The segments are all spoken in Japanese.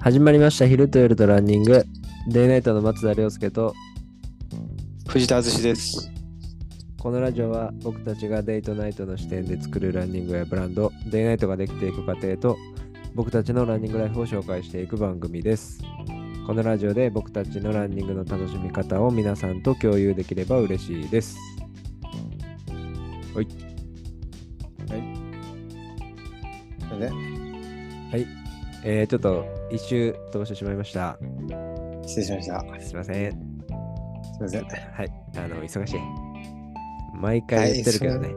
始まりました昼と夜とランニングデイナイトの松田涼介と藤田敦です。このラジオは僕たちがデイトナイトの視点で作るランニングやブランドデイナイトができていく過程と僕たちのランニングライフを紹介していく番組ですこのラジオで僕たちのランニングの楽しみ方を皆さんと共有できれば嬉しいですはいね、えー、ちょっと一周飛ばしてしまいました失礼しました。すすいませんみません。はいあの忙しい毎回言ってるけどね、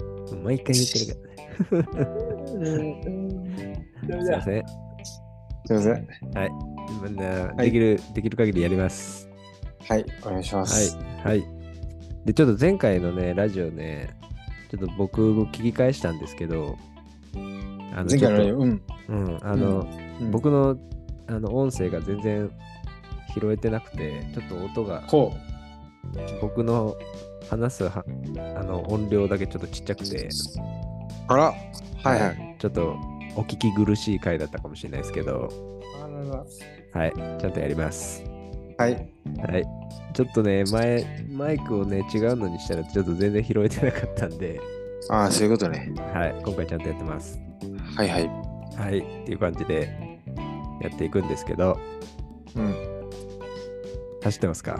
毎回言ってるけどねすいませんすみません。みんなはいできる、できる限りやります。はい、お願いしまはいす。。はい。で、ちょっと前回のね、ラジオね、ちょっと僕も聞き返したんですけど、あ前回のちょっうん。とうん、あの、うん、僕のあの音声が全然拾えてなくて、ちょっと音がこ僕の話すはあの音量だけちょっとちっちゃくて、う。あら、はいはい。ちょっとお聞き苦しい回だったかもしれないですけど、あららはい、ちゃんとやります。はい。はい。ちょっとね、前、マイクをね、違うのにしたら、ちょっと全然拾えてなかったんで、ああ、そういうことね。はい。今回ちゃんとやってます。はいはい。はい。っていう感じで、やっていくんですけど、うん。走ってますか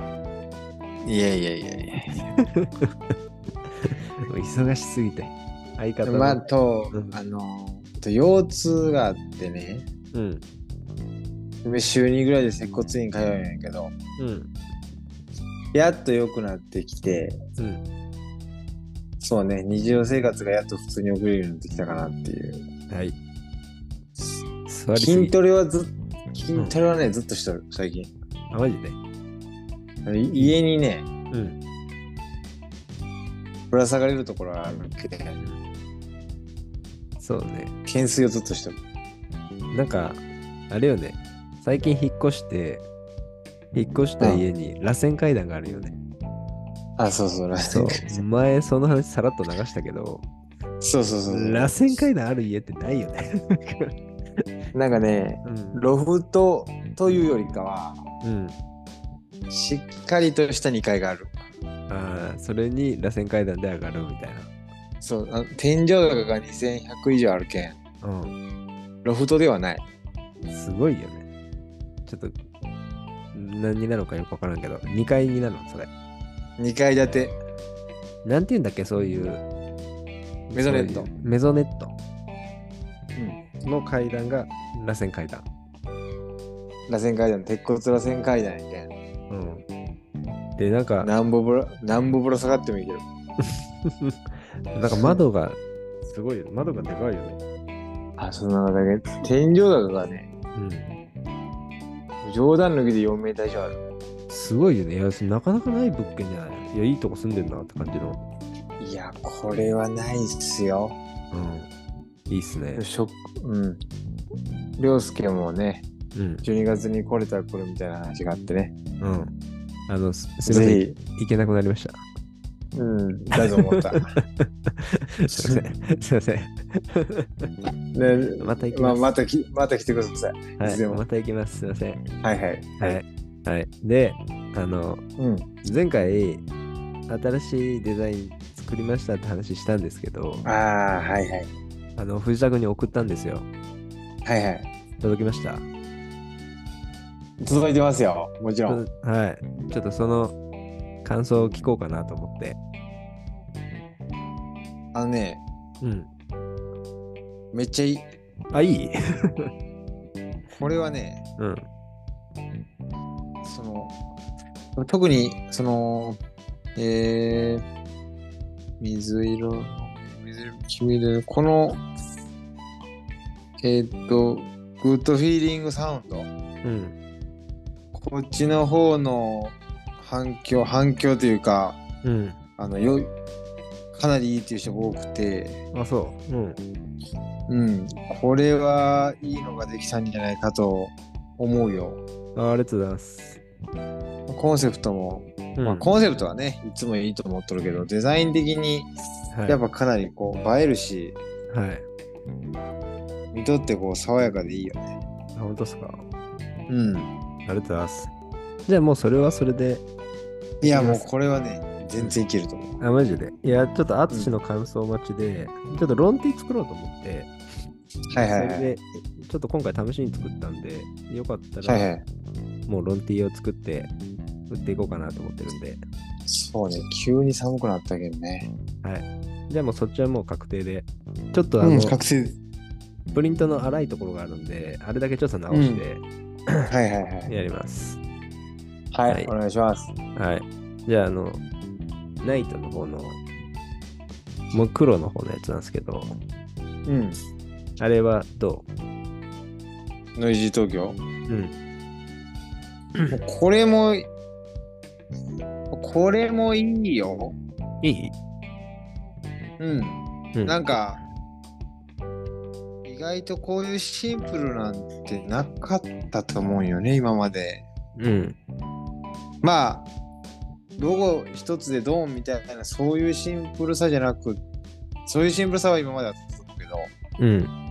いやいやいやいもう忙しすぎて。相や。方のまあ、とうん、あの、と腰痛があってね、うん。今週2ぐらいで接骨院通うんやけど、うん。やっと良くなってきて、うん。そうね、日常生活がやっと普通に送れるようになってきたかなっていう。はい。座りすぎ筋トレはずっ筋トレはね、ずっとしとる、最近。あ、マジで。い家にねうん。ぶら下がれるところがあるけどそうね。懸垂をずっとしてるなんか、あれよね。最近引っ越して、引っ越した家に螺旋階段があるよね。あそうそう螺そ旋階う。前、その話さらっと流したけど、そうそうそうそう螺旋階段ある家ってないよね。なんかねうん。ロフトというよりかはうん、しっかりとした2階があるああ、それに螺旋階段で上がるみたいそうあ天井高が2100以上あるけんな。うん。ロフトではないすごいよね。ちょっと、何になるかよくわからんけど、2階になるのそれ。 2階建てなんて言うんだっけ、そういう。メゾネットそういうメゾネットうんの階段が螺旋階段。螺旋階段鉄骨螺旋階段やけんうん。で、なんか、何歩ぶら何歩ぶら下がってもいいける なんか窓が、すごいよね。窓がでかいよね。あそんな中だけ天井高がねうん。冗談抜きで4メーター以上あるすごいよね。いや、なかなかない物件じゃない。いや、いいとこ住んでんなって感じの。いやこれはないっすようん。いいっすね。しょうん。涼介もね、うん。 12月に来れたら来るみたいな話があってね。うん。あの、すすいません。ぜ行けなくなりました。ひ、うん、だと思 った。 すいません。すいません。で、また行きままあ、す。またき、また来てください。はいい、つでもまた行きます。すいません。はいはい。はい。はい。で、あの、うん。前回、新しいデザイン作りましたって話したんですけど、ああ、はいはい。あの、藤田君に送ったんですよ。はいはい。届きました。届いてますよ。もちろん。はい。ちょっとその感想を聞こうかなと思って。あのね、うん。めっちゃいい。あ、い いこれはね、うん。その、特に、その、えー、水色の、水色、黄緑の、この、えーっと、グッドフィーリングサウンド。うん。こっちの方の反響、反響というか、うん。あの、よい、かなりいいっていう人が多くて、あ、そう。うん。うん、これはいいのができたんじゃないかと思うよ。あありがとうございます。コンセプトも、うんまあ、コンセプトはね、いつもいいと思っとるけど、デザイン的にはいやっぱかなりこう映えるし、はい。見とってこう爽やかでいいよね。あ、本当っすか。うん。ありがとうございます。じゃあもうそれはそれで、いや、もうこれはね、全然いけると思う。あ、マジで。いや、ちょっと淳の感想待ちで、ちょっと論点作ろうと思って、はいはいはそい。れで、ちょっと今回試しに作ったんで、よかったら、はいはい。もうロンティーを作って、売っていこうかなと思ってるんで、そうね、急に寒くなったけどね。じゃあもうそっちはもう確定で、ちょっとあの、うん、覚醒。 プリントの荒いところがあるんで、あれだけちょっと直してはいはいはい。やります。はい、はいお願いします。はい。じゃあ、あの、ナイトの方の、もう黒の方のやつなんですけど、うん。あれはどノイジー東京。ううん。これも、これもいいよ。いいうん。うん。なんか、意外とこういうシンプルなんてなかったと思うよね、今まで。うん。まあ、ロゴ一つでドーンみたいな、そういうシンプルさじゃなく、そういうシンプルさは今まであったと思うけど、うん。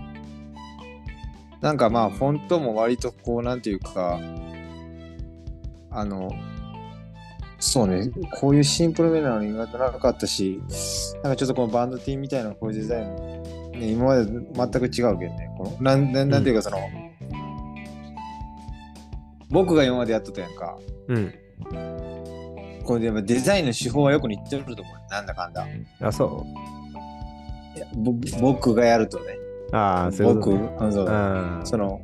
なんかまあ、フォントも割とこう、なんていうか、あの、そうね、こういうシンプルめなのに意外となかったし、なんかちょっとこのバンドティーみたいなこういうデザインも、ね、今まで全く違うけどね、このなんなんなんていうかその、僕が今までやっとったやんか、うん。これでやっぱデザインの手法はよく似てると思う。なんだかんだ。あ、そぼ僕がやるとね。うああ、そういうこと僕ね、うんそうあその、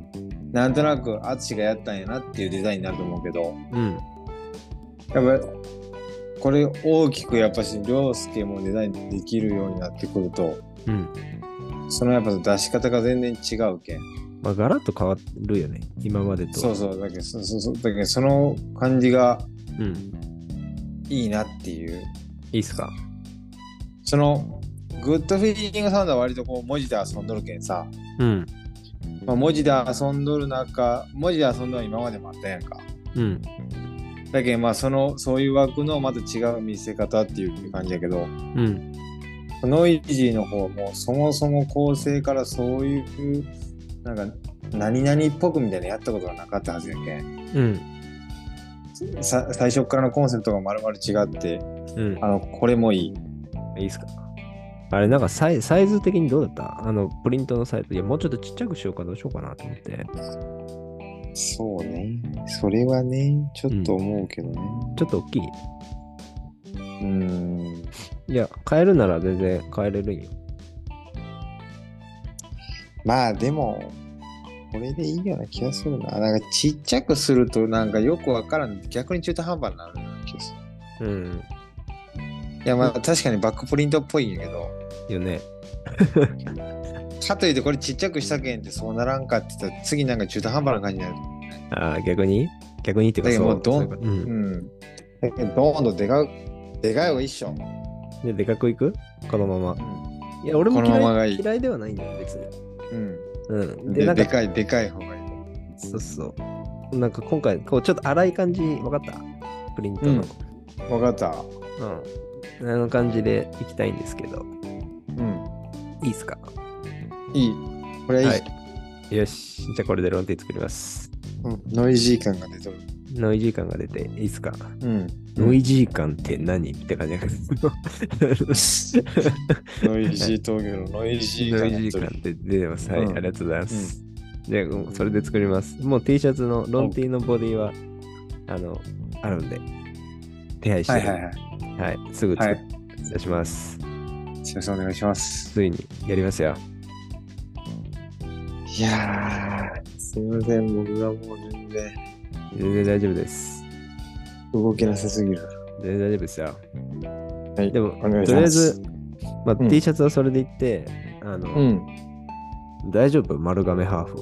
なんとなく淳がやったんやなっていうデザインになると思うけど、あ。うん。やっぱこれ大きくやっぱし、涼介もデザインできるようになってくると、うん。そのやっぱ出し方が全然違うけん。まあ、ガラッと変わるよね。今までと。そうそう、だけど、そうそうそうだけどその感じがうん。いいなっていう。いいっすかその、グッドフィーリングサウンドは割とこう文字で遊んどるけんさ、うん。まあ、文字で遊んどる中文字で遊んだのは今までもあったやんかうん。だけどまあそのそういう枠のまた違う見せ方っていう感じやけどうん。ノイジーの方もそもそも構成からそういうなんか何々っぽくみたいなのやったことがなかったはずやけんうん。さ最初からのコンセプトがまるまる違ってうんあのこれもいいいいっすかあれ、なんかサイサイズ的にどうだったあの、プリントのサイズ。いや、もうちょっとちっちゃくしようかどうしようかなと思って。そうねそれはねちょっと思うけどねちょっと大きいうんいや、変えるなら全然変えれるんよ。まあでも、これでいいような気がするな。なんかちっちゃくするとなんかよくわからん。逆に中途半端になるような気がする。うん。いやまあ確かにバックプリントっぽいんやけど、よね。かといってこれちっちゃくしたけんってそうならんかって言ったら次なんか中途半端な感じになる。ああ、逆に逆にっていうかだけそどうもうどそうんいうことうんうん。だけどドーンとでかい、でかいは一緒。で、でかくいくこのままう。ん。いや、俺もこのまま嫌がいいい嫌いではないんだよ、別に。うん。で、でなんでか、かい、でかい方がいい。そうそう。なんか今回、こう、ちょっと荒い感じ、わかったプリントの。わかった。うん。あの感じでいきたいんですけど、うん。いいっすかいい。これはいい。はい。よし。じゃあこれでロンティ作ります。うん、ノイジー感が出てる。ノイジー感が出て、いいっすかうん。ノイジー感って何って感じだけど。 ノイジー峠のノイジーノ感がイ出ジてーる。感って出てます。はい、うんありがとうございます。じゃあ、もうそれで作ります。もう T シャツの、ロン T のボディは、あの、あるんで、手配して、ははいいはいはい。すぐ作はっい。出します。先生お願いします。ついにやりますよ。いやー、すいません、僕がもう全然全然大丈夫です。動けなさすぎる。全然大丈夫ですよ。はいでも、お願いしますとりあえず、まあうん T シャツはそれでいって、あの、ん。大丈夫丸亀ハーフ。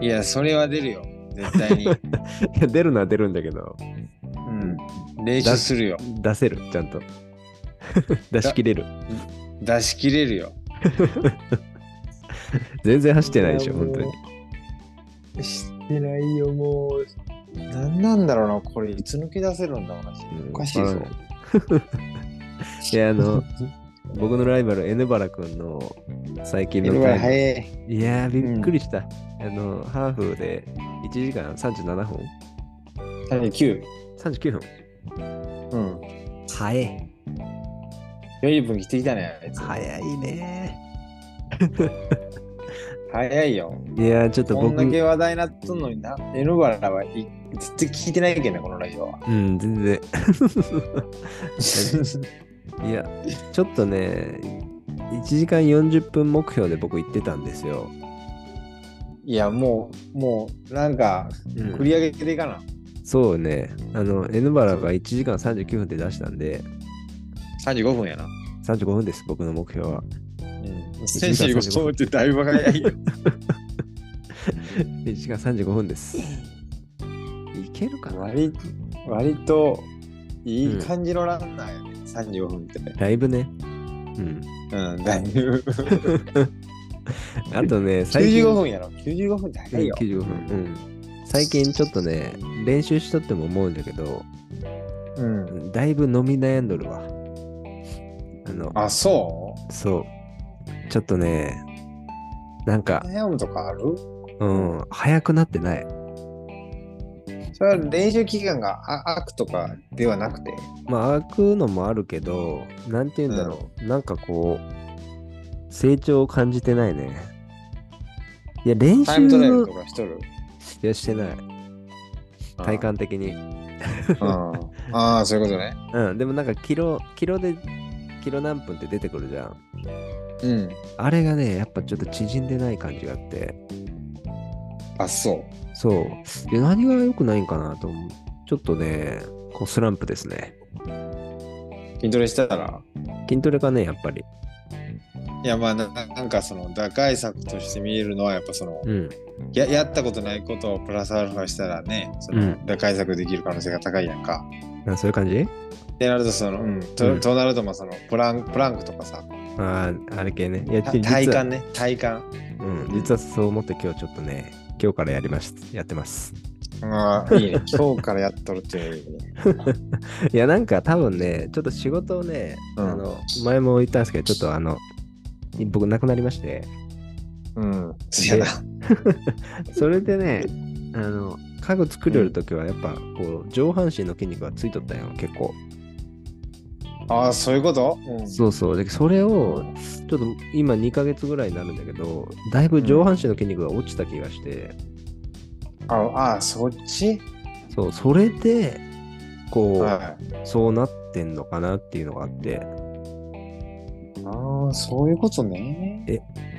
いや、それは出るよ。絶 対に。いうや、出るのは出るんだけど、ん。練習するよ。出せる、ちゃんと。 出し切れる。出し切れるよ。全然走ってないでしょ、いやもう本当に。してないよ、もう。なんなんだろうな、これ、いつ抜け出せるんだろうな、うんおかしいぞ。 いや、あの、僕のライバル、N バラ君の最近 いのるわ、タイム。早い。いやー、びっくりした。あの、ハーフで1時間37分39。 ?39 分うん。早い。 40分切ってきたね、あいつ。早いね。早いよ。いや、ちょっとこん僕、だけう話題になっとんのにな、エノバラはい絶対聞いてないけどね、このラジ オは。ん、全然。 いや、ちょっとね、1時間40分目標で僕言ってたんですよ。いや、もう、もう、なんか、うん繰り上げていかな。そうね、あの、N バラが1時間39分で出したんで、 35分やな。 35分です、僕の目標は。うん。選手がそうってだいぶ早いよ。 1時間35分です。いけるかな割割と、いい感じのランナーやね、35分ってね。ライブね。うん。うん、だいぶ。あとね、 最近。 95分やろ。95分って早いよ。 95分。うん。最近ちょっとね、練習しとっても思うんだけど、うん。だいぶ飲み悩んどるわ。あの、あ、そうそう。ちょっとね、なんか、悩むとかあるうん、早くなってない。それは練習期間があ空くとかではなくて。まあ、開くのもあるけど、なんて言うんだろう。なんかこう、成長を感じてないね。いや、練タイムトライ習ブをとかしとる。いやしてない。体感的に。うん。ああ、そういうことね。うん、でもなんか、キロ、キロで、キロ何分って出てくるじゃん。うん。あれがね、やっぱちょっと縮んでない感じがあって、あ、そう。そう。で、何が良くないんかなと思う。ちょっとね、こうスランプですね。筋トレしたら筋トレかね、やっぱり。いや、まあな、なんかその、打開策として見えるのは、やっぱその、うん。や、やったことないことをプラスアルファしたらね、そうの、ん打開策できる可能性が高いやんか。あそういう感じってなると、その、うん、うとんとなると、まあ、その、プラン、プランクとかさ、ああ、あれ系ね。いや、たち体実は幹ね、体幹。うん、実はそう思って今日ちょっとね、今日からやりました。やってます。 ああ、いいね。今日からやっとるっていうのいいね。いや、なんか多分ね、ちょっと仕事をね、うんあの、前も言ったんですけど、ちょっとあの、僕亡くなりまして、うん。そうやな。それでね、あの、家具作れるときはやっぱ、こう、上半身の筋肉がついとったんよ、結構。ああ、そういうことうん。そうそう。で、それを、ちょっと今2ヶ月ぐらいになるんだけど、だいぶ上半身の筋肉が落ちた気がして、ああ、そっちそう、それで、こう、はい。そうなってんのかなっていうのがあって、ああ、そういうことね。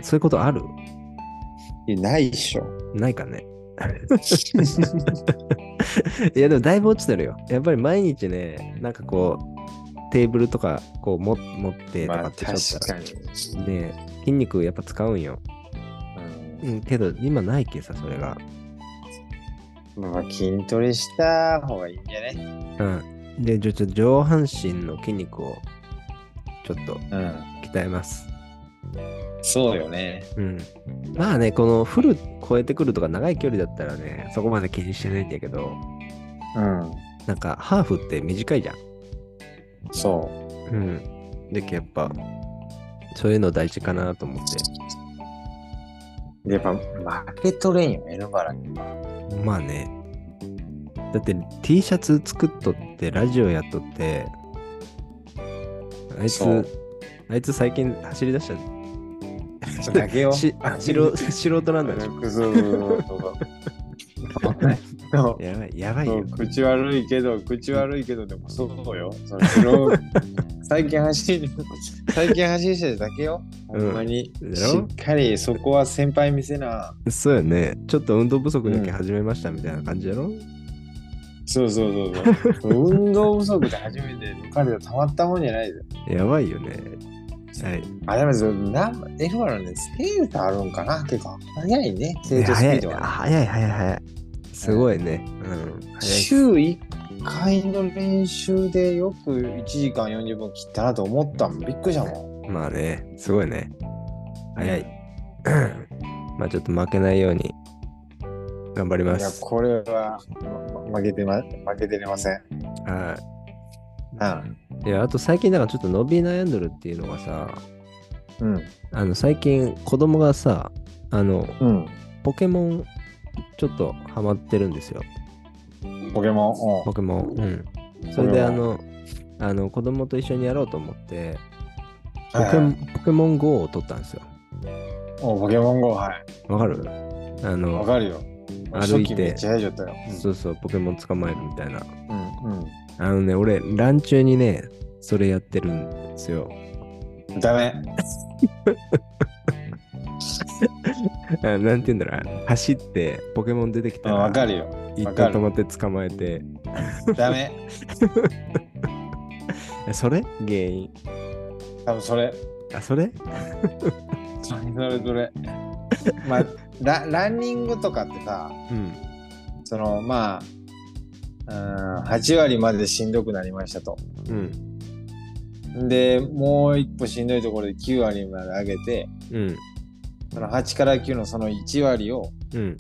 そういうことあるいや、ないっ しょ。ないかね。 いや、でもだいぶ落ちてるよ。やっぱり毎日ね、なんかこう、テーブルとかこうも持ってとまかあ、って確しょった、からに。ね、筋肉やっぱ使うんよ。うんうん、けど今ないけさ、それが。まあ、筋トレした方がいいんじゃね。うん。で、ちょっと上半身の筋肉をちょっとうん。鍛えます。そうよね。うん。まあね、このフル超えてくるとか長い距離だったらね、そこまで気にしてないんだけど、うん。なんかハーフって短いじゃん。そうん。で、やっぱ、そういうの大事かなと思って。う。やっぱ、負けとれんよ、エルバ ラに。まあね。だって T シャツ作っとって、ラジオやっとって、あいつそう、あいつ最近走り出しただけよ。し 素人素人なんだね。く そそうやばい、やばいそよう。口悪いけど、口悪いけど、でもそうよ。その 素人最近走り、最近走りしてるだけよ。ほんまに。うんだろしっかりそこは先輩見せな。そうやね。ちょっと運動不足だけ始めましたみたいな感じやろ、そうそうそうそう。 運動不足で初めて抜かれたたまったもんじゃないで。やばいよね。はい。あ、でもそう、な、F1 のね、スペースあるんかな結構早いね、成長スピ早ーい、ドは、早い、早い、早い。すごいね。うん。早い週1回の練習でよく1時間40分切ったなと思ったもん。びっくりしたもまあね、すごいね。早い。まあちょっと負けないように頑張りまん。いや、す。これは、ま負けてま、負けてれません。はうん。い。いや、あと最近なんかちょっと伸び悩んどるっていうのがさ、うん。あの最近子供がさ、あの、うん。ポケモンちょっとハマってるんですよ。ポケモン。うん僕も。うん。それでうんあの、あの子供と一緒にやろうと思って、ポはいケはいモンポケモン GO を取ったんですよ。おポケモン GO、はい。わかるあわの、かるよ。歩いて初期めっちゃ早いじゃったよ。そうそう、ポケモン捕まえるみたいな。うん。うん。あのね、俺、ラン中にね、それやってるんですよ。 うん。ダメ。あなんて言うんだろう、走ってポケモン出てきうたんわら、かるよ。一わか旦る止まって捕まえて、ダメ。えそれ原因。多分それ。あ、それそれそれそれ。まあ、ラランニングとかってさ、うん。そのまあ、うん、8割までしんどくなりましたと。うん。で、もう一歩しんどいところで9割まで上げて、うん。その8から9のその1割をうん。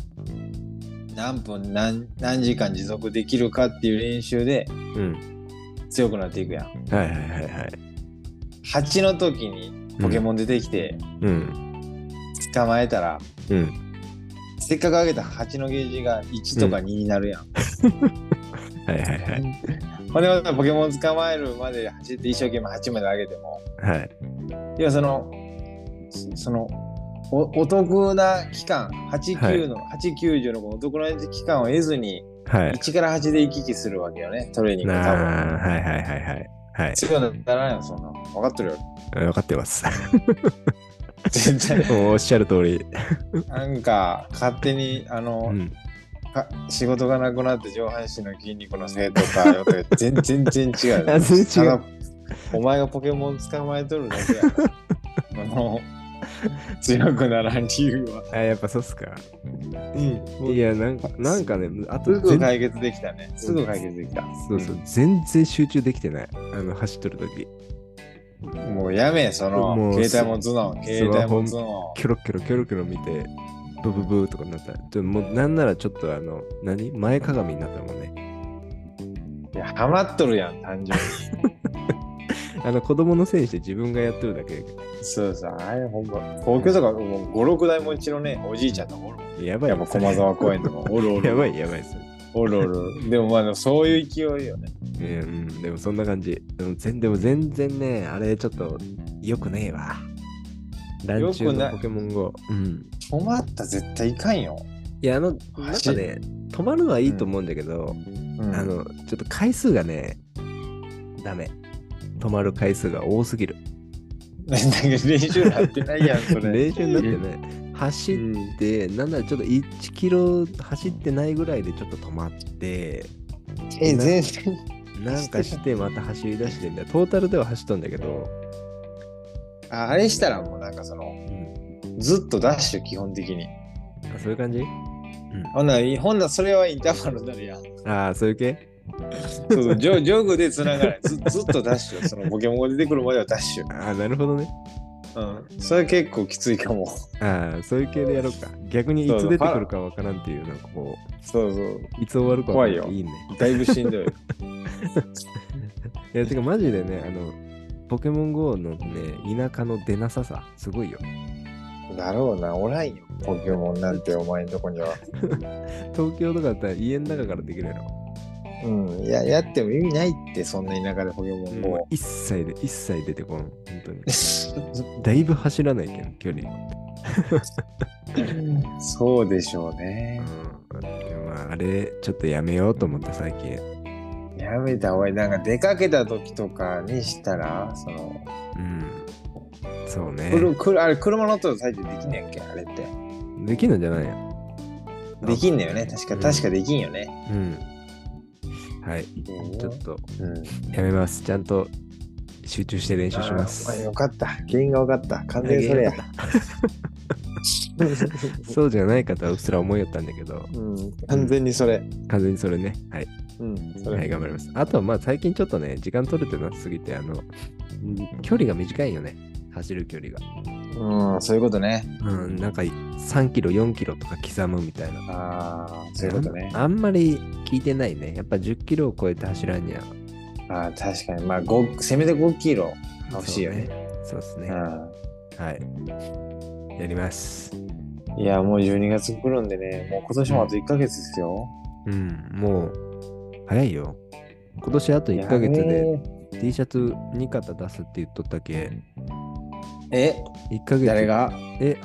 何分何何時間持続できるかっていう練習でうん。強くなっていくやん。はいはいはいはい。 8の時にポケモン出てきてうん。捕まえたら、うん。せっかく上げた8のゲージが1とか2になるやん。はいはいはい。ほんでまたポケモン捕まえるまで走って一生懸命8まで上げてもはい。要はそのそそのおお得な期間はい89の、890のお得な期間を得ずにはい。 1から8で行き来するわけよねトレーニングな多あ分。、はいはいはいはい。はい。強くならないよそんなの分かってるよ分かってます。 全然もうおっしゃる通り。なんか勝手にあのう、ん。か仕事がなくなって上半身の筋肉のせいとかよって全全然違うよ。あ 全然違うただお前がポケモン捕まえとるだけやろ。もう強くならん理由は。あ、やっぱそうっすか。うんいや、なんかなんかね、あとすぐ全解決できたね。すぐ解決できた。そうそう、全然集中できてない。あの、走っとるとき。うんもうやめ、そものう携帯持つの、携帯持つスの。キョロキョロキョロキョロ見て、ブブブーとかになった。でももうなんならちょっとあの、何前かがみになったもんね。いや、ハマっとるやん、単純に。あの、子供のせいにして自分がやってるだけ。そうそう、あれほんま。東京とかもう5、6台持ちのね、おじいちゃんのおる。やばいやっぱ駒沢公園とかおるお る。やばいやばいっす。おるおる。でもまあ、そういう勢いよね。えーうん、でもそんな感じ。でも全でも全然ね、あれちょっと良くねえわ。ランチ良くなのいポケモン GO。うん。止まったら絶対いかんよ。いや、あの、なんかね、止まるのはいいと思うんだけど、うんあの、ちょっと回数がね、ダメ。止まる回数が多すぎる。なんか練習になってないやん、それ。練習になってね、走うっんて、なんならちょっと1キロ走ってないぐらいでちょっと止まって、え、全然。なんかしてまた走り出してみたいな。トータルでは走ったんだけど、ああれしたらもうなんかその、ずっとダッシュ、基本的に。あそういう感じほんなら、ほんならそれはインターバルになるやん。ああ、そういう系そうそう、 ジョジョグでつながない。ずずっとダッシュ。そのポケモンが出てくるまではダッシュ。ああ、なるほどね。うん。それ結構きついかも。ああ、そういう系でやろうか。逆にいそうつそう出てくるかわからんっていう、なんかこそうそう。う、いつ終わるかわからんって怖いいね。だいぶしんどい。いや、てかマジでね、あの、ポケモン GO のね、田舎の出なささ、すごいよ。 だろうな、おらんよ。ポケモンなんてお前のとこには。東京とかだったら家の中からできるやろ。うん。いや、やっても意味ないって、そんな田舎でポケモンもうを。一切で、一切出てこん。本当に。だいぶ走らないけん、距離。 そうでしょうね。うん。でもまあ、あれ、ちょっとやめようと思った、最近。やめた方がいい。なんか出かけた時とかにしたら、その、うん。そうね。くるくるあれ車乗っとる最中できんねやんけ、あれって。できるんじゃないのできんだよね、確か、うん確かできんよね。うん。はい。うんちょっとうん、やめます。ちゃんと集中して練習しますあ。ーよかった。原因が分かった。完全にそれや。そうじゃない方はうっすら思いよったんだけど、 うん、完全にそれ。完全にそれね。はい。うん、そはい、れ。頑張ります。あとはまあ最近ちょっとね、時間取れてなすぎて、あの、ん距離が短いよね。走る距離が。うん、そういうことね。うん、なんか3キロ、4キロとか刻むみたいな。ああ、そういうことね。あんあんまり聞いてないね。やっぱ10キロを超えて走らんには。ああ、確かに。まあ、ごせめて5キロ欲しいよね。そうね。そうですうね。ん。はい。やります。いや、もう12月来るんでね、もう今年もあと1ヶ月ですよ。うん、もう、早いよ。今年あと1ヶ月やでべ T シャツ2型出すって言っとったけ。え。 1ヶえ、月。誰が え、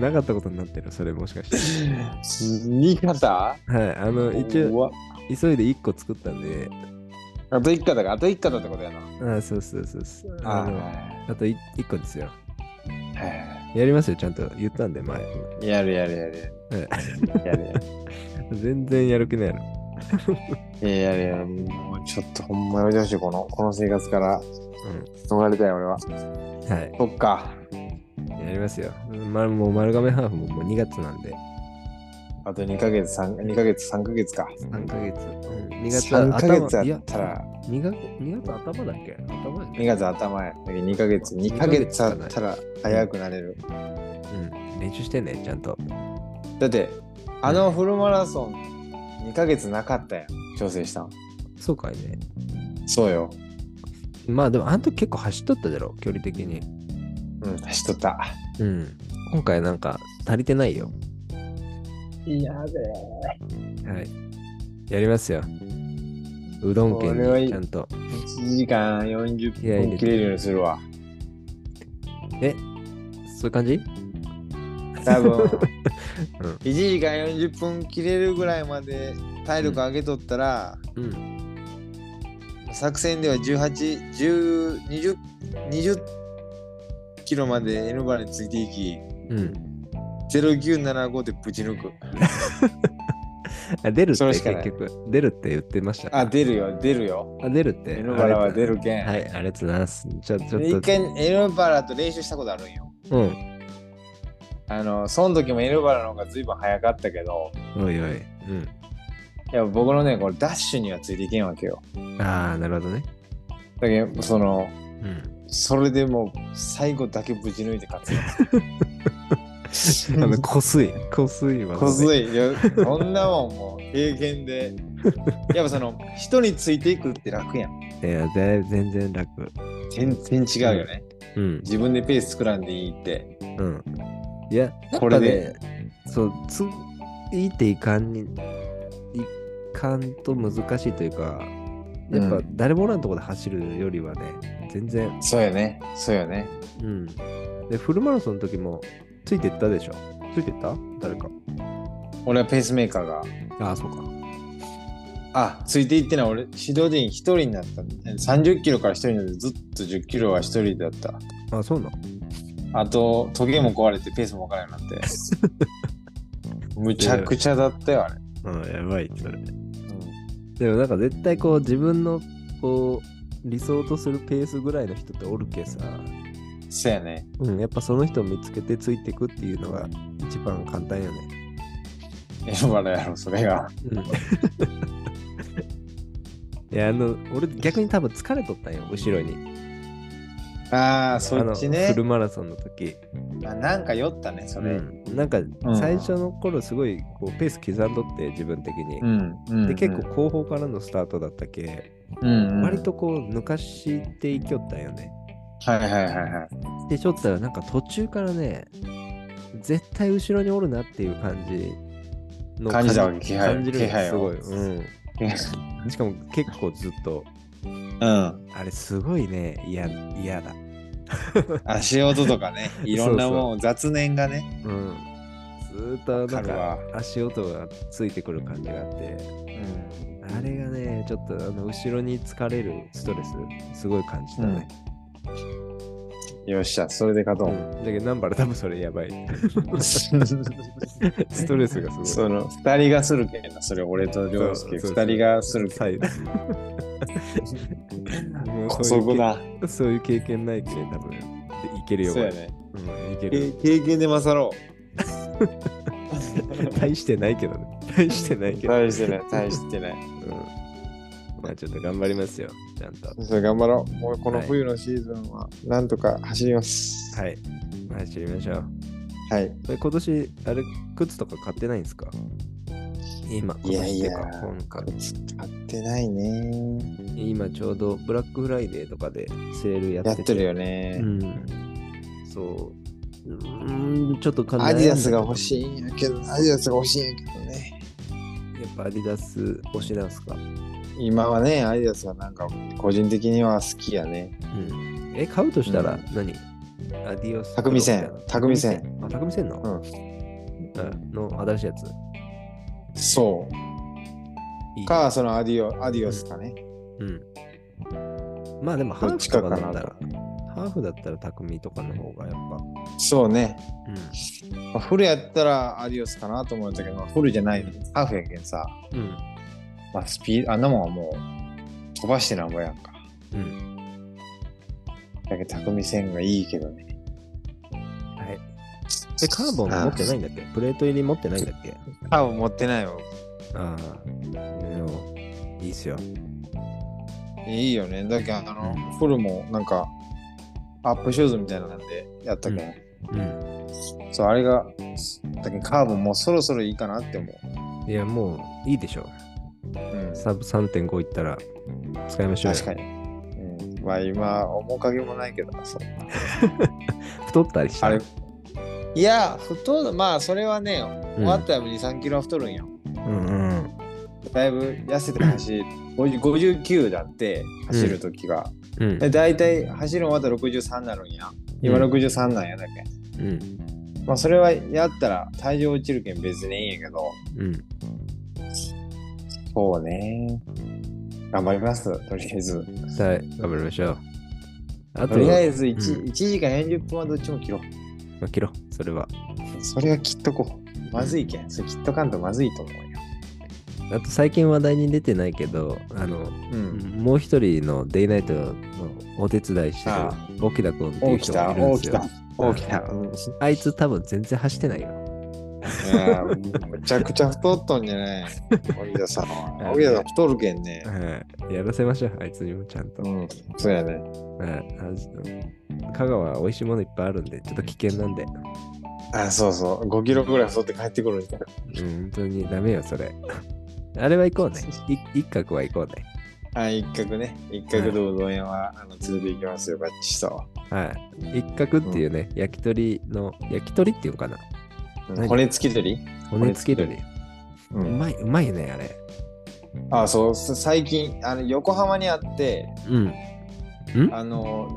なかったことになってる、それもしかして。新潟 はい、あの、一応、応。急いで1個作ったんで、あと1かだから、あと1かだってことやな。あそうそうそうそう。あのはあと 1, 個ですよ。いはやりますよ、ちゃんと言ったんで、前。いやるやるやる。やる全然やる気ないの。やる。いややるやる。もうちょっとほんまやめてほしい、この、この生活から。ん逃れたい、俺は。はい。そっか。やりますよ。ま、もう丸亀ハーフももう2月なんで、あと2ヶ月、3, 2ヶ月、3ヶ月か。 3ヶ月。うん、2 2月3頭ヶ月いあやったら、 2月、2月頭だっけ頭だっ2け月頭や。2ヶ月、2ヶ月あったら早くなれる。うん。練習してね、ちゃんと。だって、あのフルマラソン、2ヶ月なかったやん。調整したん。そうかいね。そうよ。まあでも、あの時結構走っとったじゃろ、距離的に。うん、走っとった。うん。今回なんか足りてないよ。いやで。はい。やりますよ。うどん県これはいにいちゃんと。 1時間いや40い分い切れるようにするわ。そういう感じ多 分、うん1時間40分切れるぐらいまで体力上げとったら、 うん。作戦では18、10、20、20キロまで N バーについていき、うん。 0975でぶち抜く。あ出るっそてれしかない結局、出るって言ってました。あ、出るよ、出るよ。あ出るって。 N バラは出る。るけん。はい、ありがとうございます。ちょちでょっ一と。回 N バラと練習したことあるんよ。うん。あの、その時も N バラの方が随分早かったけど、おいおい。うん。やっぱ僕のね、これダッシュにはついていけんわけよ。ああ、なるほどね。だけど、その、うん。それでもう最後だけぶち抜いて勝つ。あの、こすい。こすいは、 こずい。いやこんなもんもう経験で。やっぱその人についていくって楽やん。いや、ぜ全然楽。全然違うよね。うん。自分でペース作らんでいいって。うん。いや、これでやっぱね。そう、ついていかんに、いかんと難しいというか、やっうぱ誰もおらんとこで走るよりはね、全然。そうよね。そうよね。うん。で、フルマラソンの時も、ついてったでしょついてった誰か。俺はペースメーカーが。ああ、そうか。あ、ついていってない。俺、指導員一人になったんだ。30キロから一人になってずっと10キロは一人だった。あ、そうなのあと、時計も壊れてペースもわからなくなって。むちゃくちゃだったよ、あれ。うん、やばい、それ。でもなんか絶対こう自分のこう理想とするペースぐらいの人っておるけさ、うん。そうやね。うん、やっぱその人を見つけてついてくっていうのが一番簡単よね。選ばれやろ、それが。うん いやあの俺逆に多分疲れとったんよ後ろにああ、あそのっちフねル。マラソンの時、あなんか酔ったね、それ。うんなんか最初の頃すごいこうペース刻んどって自分的に、ん。うんで結構、後方からのスタートだったけ、うん割。とこう抜かしていきよったんよね、はいはいはいはい。でしょってたらなんか途中からね絶対後ろにおるなっていう感じの感じたわけ気配感じる気配をすごい、うん、しかも結構ずっとうん。あれすごいね嫌嫌だ、 足音とかね、いろんなもん、雑念がね。うん、ずーっとなわかんるわか足音がついてくる感じがあってうん。あれがねちょっとあの後ろに疲れるストレスすごい感じたね、よっしゃ、それで勝とうう。んだけどナンバル多分それやばい ストレスがすごいその二人がするけどな、それ俺と涼介そうそう二人がするけ最 後もうど、そうそいうこけだ。そういう経験ないけど、多分でいけるよ。そうやね。これうん、いけける。経験で勝 ろう。大してないけどね。大してないけど。大してない、大してない。うん、まあちょっと頑張りますよ、ちゃんと。はそう頑張ろう。もうこのはい冬のシーズンは、なんとか走ります。い。まあ走りましょう。はい。え今年、あれ、靴とか買ってないんですか今、今いやい年ってやか、今回。使ってないね。今ちょうどブラックフライデーとかでセールやってやってるよねう。ん。そう。うーん、ちょっと考アディダスが欲い。しいんやけど、アディダスが欲しいんやけどね。やっぱアディダス推しなんすか。今はね、アディダスがなんか個人的には好きやね。うん。え、買うとしたうらん何、アディオス。匠線匠線。あ、匠線の、ううんん、の新しいやつ。そ。いいうか、そのアディオ、アディオスかね。うん。まあでもハどーっフちとかかかだっなとたら、ハーフだったら匠とかの方がやっぱ。そうね。うまあフルやったらアディオスかなと思ったけど、まあフルじゃない。ハーフやけんさ。ん。まあ、スピード、あんなもんはもう飛ばしてなんぼやんか。うん。うん。だけど、匠線がいいけどね。はい。え、カーボン持ってないんだっけプレート入り持ってないんだっけ多分持ってないよ。ああ。でも、いいっすよ。いいよね。だけど、あのう、フルもなんか、アップシューズみたいなんでやったけど、うん。そう、あれが、だけどカーブもうそろそろいいかなって思う。いや、もういいでしょ。うん、サブ3.5いったら使いましょうよ。確かに。うん、まあ今、面影もないけどな、そう。太ったりした。あれいや、太る、まあそれはね、終わったら2、3キロは太るんよ。うんうんだいぶ痩せて走る。50 59だって、走るときが。うん。で大体走るの終わったら63になるんや。今63なんやだうけ。ん。まあそれはやったら体重落ちるけん別にいいんやけど。うん。そうね。頑張ります、とりあえず。はい、頑張りましょう。あと、とりあえず 1,、うん一時間40分はどっちも切ろまあ切ろう、それは。う。それは切っとこう。まずいけん。それ切っとかんとまずいと思うよ。あと、最近話題に出てないけど、あの、うん。もう一人のデイナイトのお手伝いしてある沖田君っていおうき人がた、いるんおですきよた。、おきた。うんあいつ多分全然走ってないよ。いやーむちゃくちゃ太っとんじゃない。荻田さん は。荻田さん太るけんね。はいやらせましょう、あいつにもちゃんと。うん、そうやね。はいあの香川は美味しいものいっぱいあるんで、ちょっと危険なんで。あ、そうそう。5キロぐらい太って帰ってくるんだ。うん、本当にダメよ、それ。 あれは行こうね。い一角は行こうね。あ、一角ね。一角でうどん屋は、あの連れて行きますよ、バッチさは。はい。一角っていうね、焼き鳥の、焼き鳥っていうのかな。うん骨付き鳥骨付き鳥。うう。まい、うまいよね、あれ。あ、そう、す最近、あの横浜にあって、うん。あの、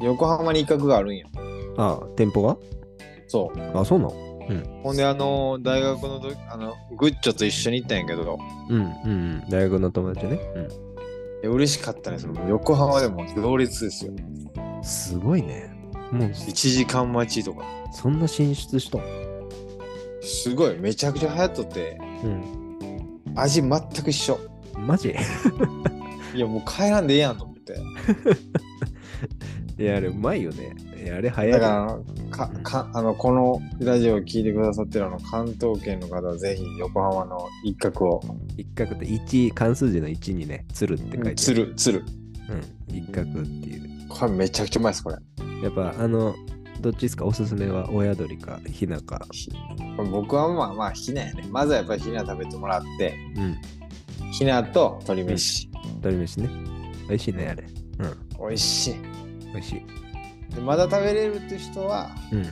ど横浜に一角があるんよ。ああ、店舗がそう。あ、そうなのほんで、あの、大学のど、あの、グッチョと一緒に行ったんやけど、うんうんうん。大学の友達ね。ういや嬉しかったね。その横浜でも行列ですよ。ん。すごいね。もう、 1時間待ちとか。そんな進出したのすごい、めちゃくちゃ流行っとって、うん。味全く一緒。マジいや、もう帰らんでええやんと思って。 いや、あれ、うまいよね。いや、あれ、早い。だからあの、か、か、あの、このラジオを聞いてくださってるあの、関東圏の方はぜひ横浜の一角を、一角って1、関数字の1にね、鶴って書いてある。つ。る、つる。うん。一角っていう。これめちゃくちゃうまいです、これ。やっぱあのどっちですかおすすめは親鳥かヒナかひこれ僕はまあまあ、ひなやね。まずはやっぱりひな食べてもらって、うんひなと鶏飯。鳥飯ね美味しいねあれうん美味しい。美味しいでまだ食べれるって人は、うん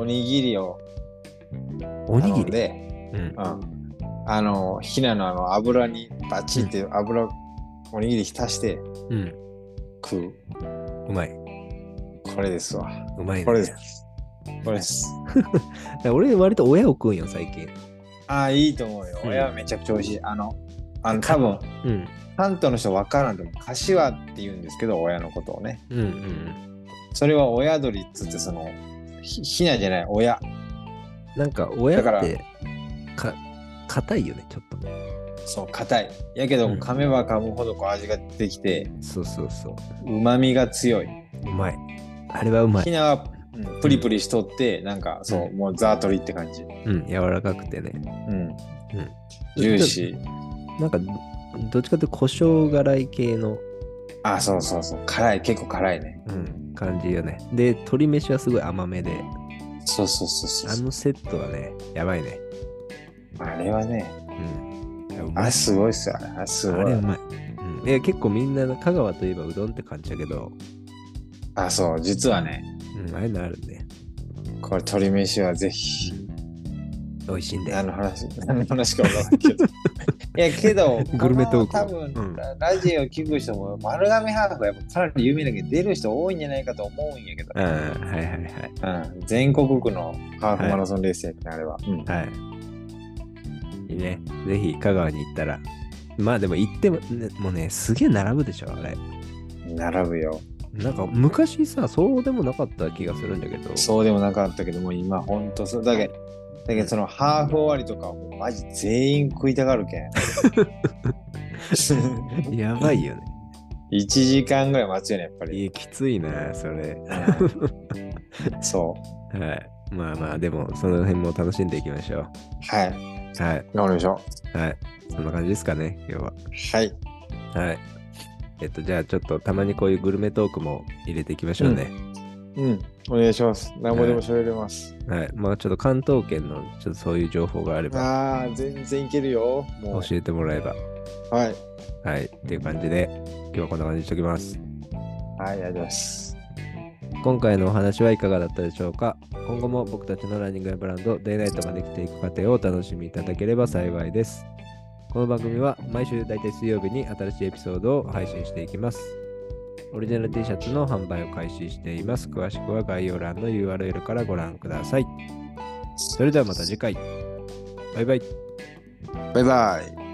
おにぎりをおに頼ぎんりで、うんうん、あのひなのあの油にバチって油、おにぎり浸してうん食ううまいこれですわうまいねこれですこれですだから俺割と親を食うんよ最近ああいいと思うようん親はめちゃくちゃ美味しいあのあの多分うん関東の人分からんと思う柏って言うんですけど親のことをねうんうんそれは親鳥っつってそのひひなじゃない親なんか親だっかてか硬いよねちょっとそう硬いやけどうん噛めば噛むほどこう味が出てきてそうそうそうまみが強いうまいあれはうまひいなは、うんプリプリしとってなんかそうもうザートリって感じうん柔らかくてねうん。ジューシー。なんかどっちかっていうと胡椒辛い系の、あ、そうそうそう。辛い、結構辛いね。うん、感じよねで鶏飯はすごい甘めでそうそうそうあそう。のセットはね、やばいね。あれはね、うん。うあまれい。すごいっすよ。あれすあごれ。いうまい。うん、いや結構みんな香川といえばうどんって感じだけど、あ、そう、実はね、うん、ああいうのあるね。これ鶏飯はぜひ。美味しいんだ何よ。の話何の話か分からないけど。 いやけど、グルメトークこの多分、うんラジオ聞く人も丸亀ハーフがやっぱかなり有名だけど出る人多いんじゃないかと思うんやけど、ああ、はいはいはい。うん、全国区のハーフマラソンレースやけど、あれは。うんはい。いいね。ぜひ、香川に行ったら。まあでも行っても、ねもうね、すげえ並ぶでしょ、あれ。並ぶよ。なんか昔さ、そうでもなかった気がするんだけど。そうでもなかったけど、もう今ほんとそう。だけど、だけどそのハーフ終わりとかはもうマジ全員食いたがるけん。 やばいよね。 1時間ぐらい待つよね、やっぱいり。や、きついな、それ。うんそう。はい。まあまあ、でも、その辺も楽しんでいきましょはい。う。はい。頑張りましょはい。そんな感じですかね、今日は。う。はい。はい。えっと、じゃあ、ちょっとたまにこういうグルメトークも入れていきましょうね。うん、お願いします。何ぼでも喋れます。はい。まあ、ちょっと関東圏の、ちょっとそういう情報があれば、ああ、全然いけるよ。も教えてもらえば。う。はい。はい。っていう感じで、今日はこんな感じにしておきます。はい、ありがとうございます。今回のお話はいかがだったでしょうか今後も僕たちのランニングやブランド、デイナイトができていく過程をお楽しみいただければ幸いです。この番組は毎週大体水曜日に新しいエピソードを配信していきます。オリジナル T シャツの販売を開始しています。詳しくは概要欄の URL からご覧ください。それではまた次回。バイバイ。バイバイ。